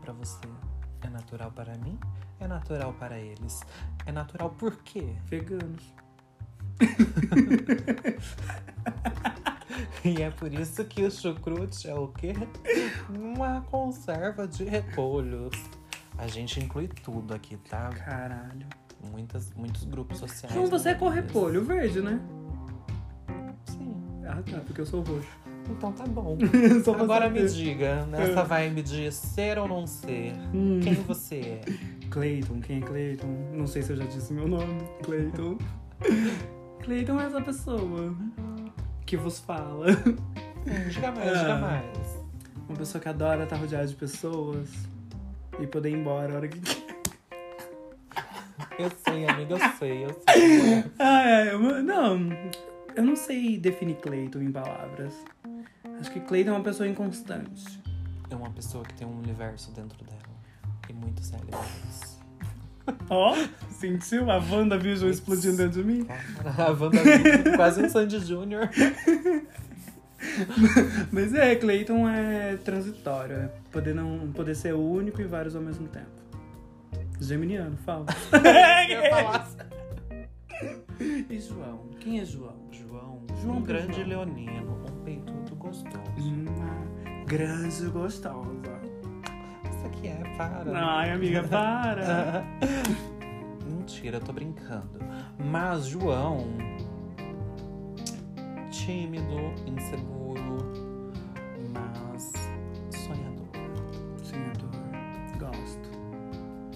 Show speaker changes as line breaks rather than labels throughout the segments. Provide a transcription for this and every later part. para você? É natural para mim? É natural para eles? É natural por quê?
Veganos.
E é por isso que o chucrute é o quê? Uma conserva de repolhos. A gente inclui tudo aqui, tá?
Caralho.
Muitas, muitos grupos sociais.
João, você é com repolho verde, né?
Sim.
Ah, tá, porque eu sou roxo.
Então tá bom.
Só pra
Agora me
saber.
diga, nessa vai me de ser ou não ser,
É. Hum.
quem você é?
Clayton, quem é Clayton? Não sei se eu já disse meu nome. Clayton. Clayton é essa pessoa que vos fala.
Diga mais, diga
Ah.
mais.
Uma pessoa que adora estar rodeada de pessoas e poder ir embora a hora que quer.
Eu sei, amiga, eu sei, eu sei.
Ah, é, uma- não. Eu não sei definir Clayton em palavras. Acho que Clayton é uma pessoa inconstante.
É uma pessoa que tem um universo dentro dela. E muitos elementos.
Ó, sentiu? A Wanda Vision explodindo dentro de mim?
A Wanda Vision, quase um Sandy Júnior.
Mas é, Clayton é transitório, é poder, não, poder ser único e vários ao mesmo tempo. Geminiano, fala. É,
Eu ia falar assim.
e João? Quem é João?
João,
João Hum.
um grande
Pessoal.
leonino, um peitudo gostoso.
Uma grande gostosa.
Isso aqui é, para.
Ai, amiga, para.
Mentira, eu tô brincando. Mas João, tímido, inseguro, mas sonhador,
Senhor, gosto.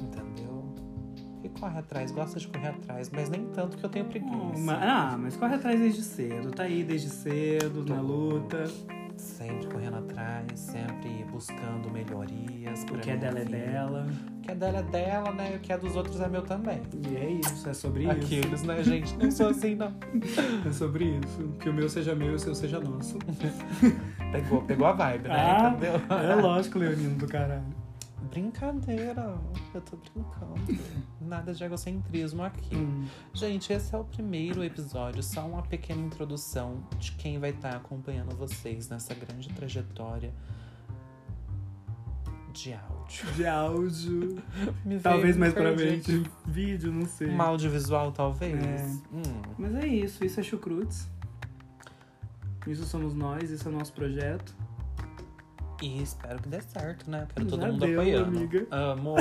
entendeu? E corre atrás, gosta de correr atrás, mas nem tanto que eu tenho preguiça.
Uma- Ah, mas corre atrás desde cedo. Tá aí desde cedo, na luta.
Sempre correndo atrás, sempre buscando melhorias.
O
por
que é
minha
dela é
vida.
dela.
O que é dela é dela, né? E o que é dos outros é meu também.
E é isso, é sobre isso.
Aqueles, né, gente? Não sou assim, não.
É sobre isso. Que o meu seja meu e o seu seja nosso.
Pegou, pegou a vibe, né?
Ah,
Entendeu?
É lógico, Leonino do caralho.
Brincadeira, eu tô brincando. Nada de egocentrismo aqui.
Hum.
Gente, esse é o primeiro episódio, só uma pequena introdução de quem vai estar acompanhando vocês nessa grande trajetória de áudio.
de áudio.
Me veio,
Talvez
me
mais pra
perdi.
frente. Vídeo, não sei.
Um audiovisual, talvez.
É.
Hum,
Mas é isso, isso é chucrutes. Isso somos nós, isso é o nosso projeto.
E espero que dê certo, né? Quero todo
Já
mundo
deu,
apoiando.
amiga.
Amo.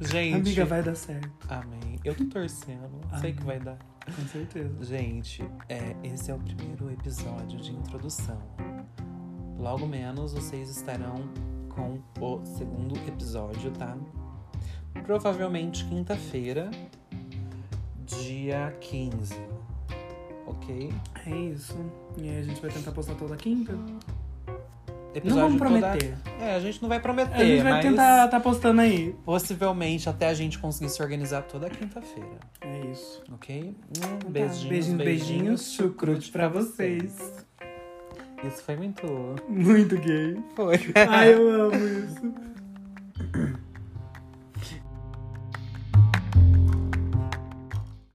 Gente.
Amiga, vai dar certo,
Amém. Eu tô torcendo. Sei que vai dar.
com certeza.
Gente, é, esse é o primeiro episódio de introdução. Logo menos vocês estarão com o segundo episódio, tá? Provavelmente quinta-feira, dia 15. Ok?
É isso. E aí a gente vai tentar postar toda quinta?
Episódio
Não vamos
toda-
prometer.
É, a gente não vai prometer,
A gente vai
mas
tentar tá postando aí.
possivelmente até a gente conseguir se organizar toda quinta-feira,
É isso.
ok? Um
Então tá.
beijinhos,
beijinhos, beijinhos, chucrute pra vocês.
Isso foi muito.
Muito gay.
Foi.
Ai, eu amo isso.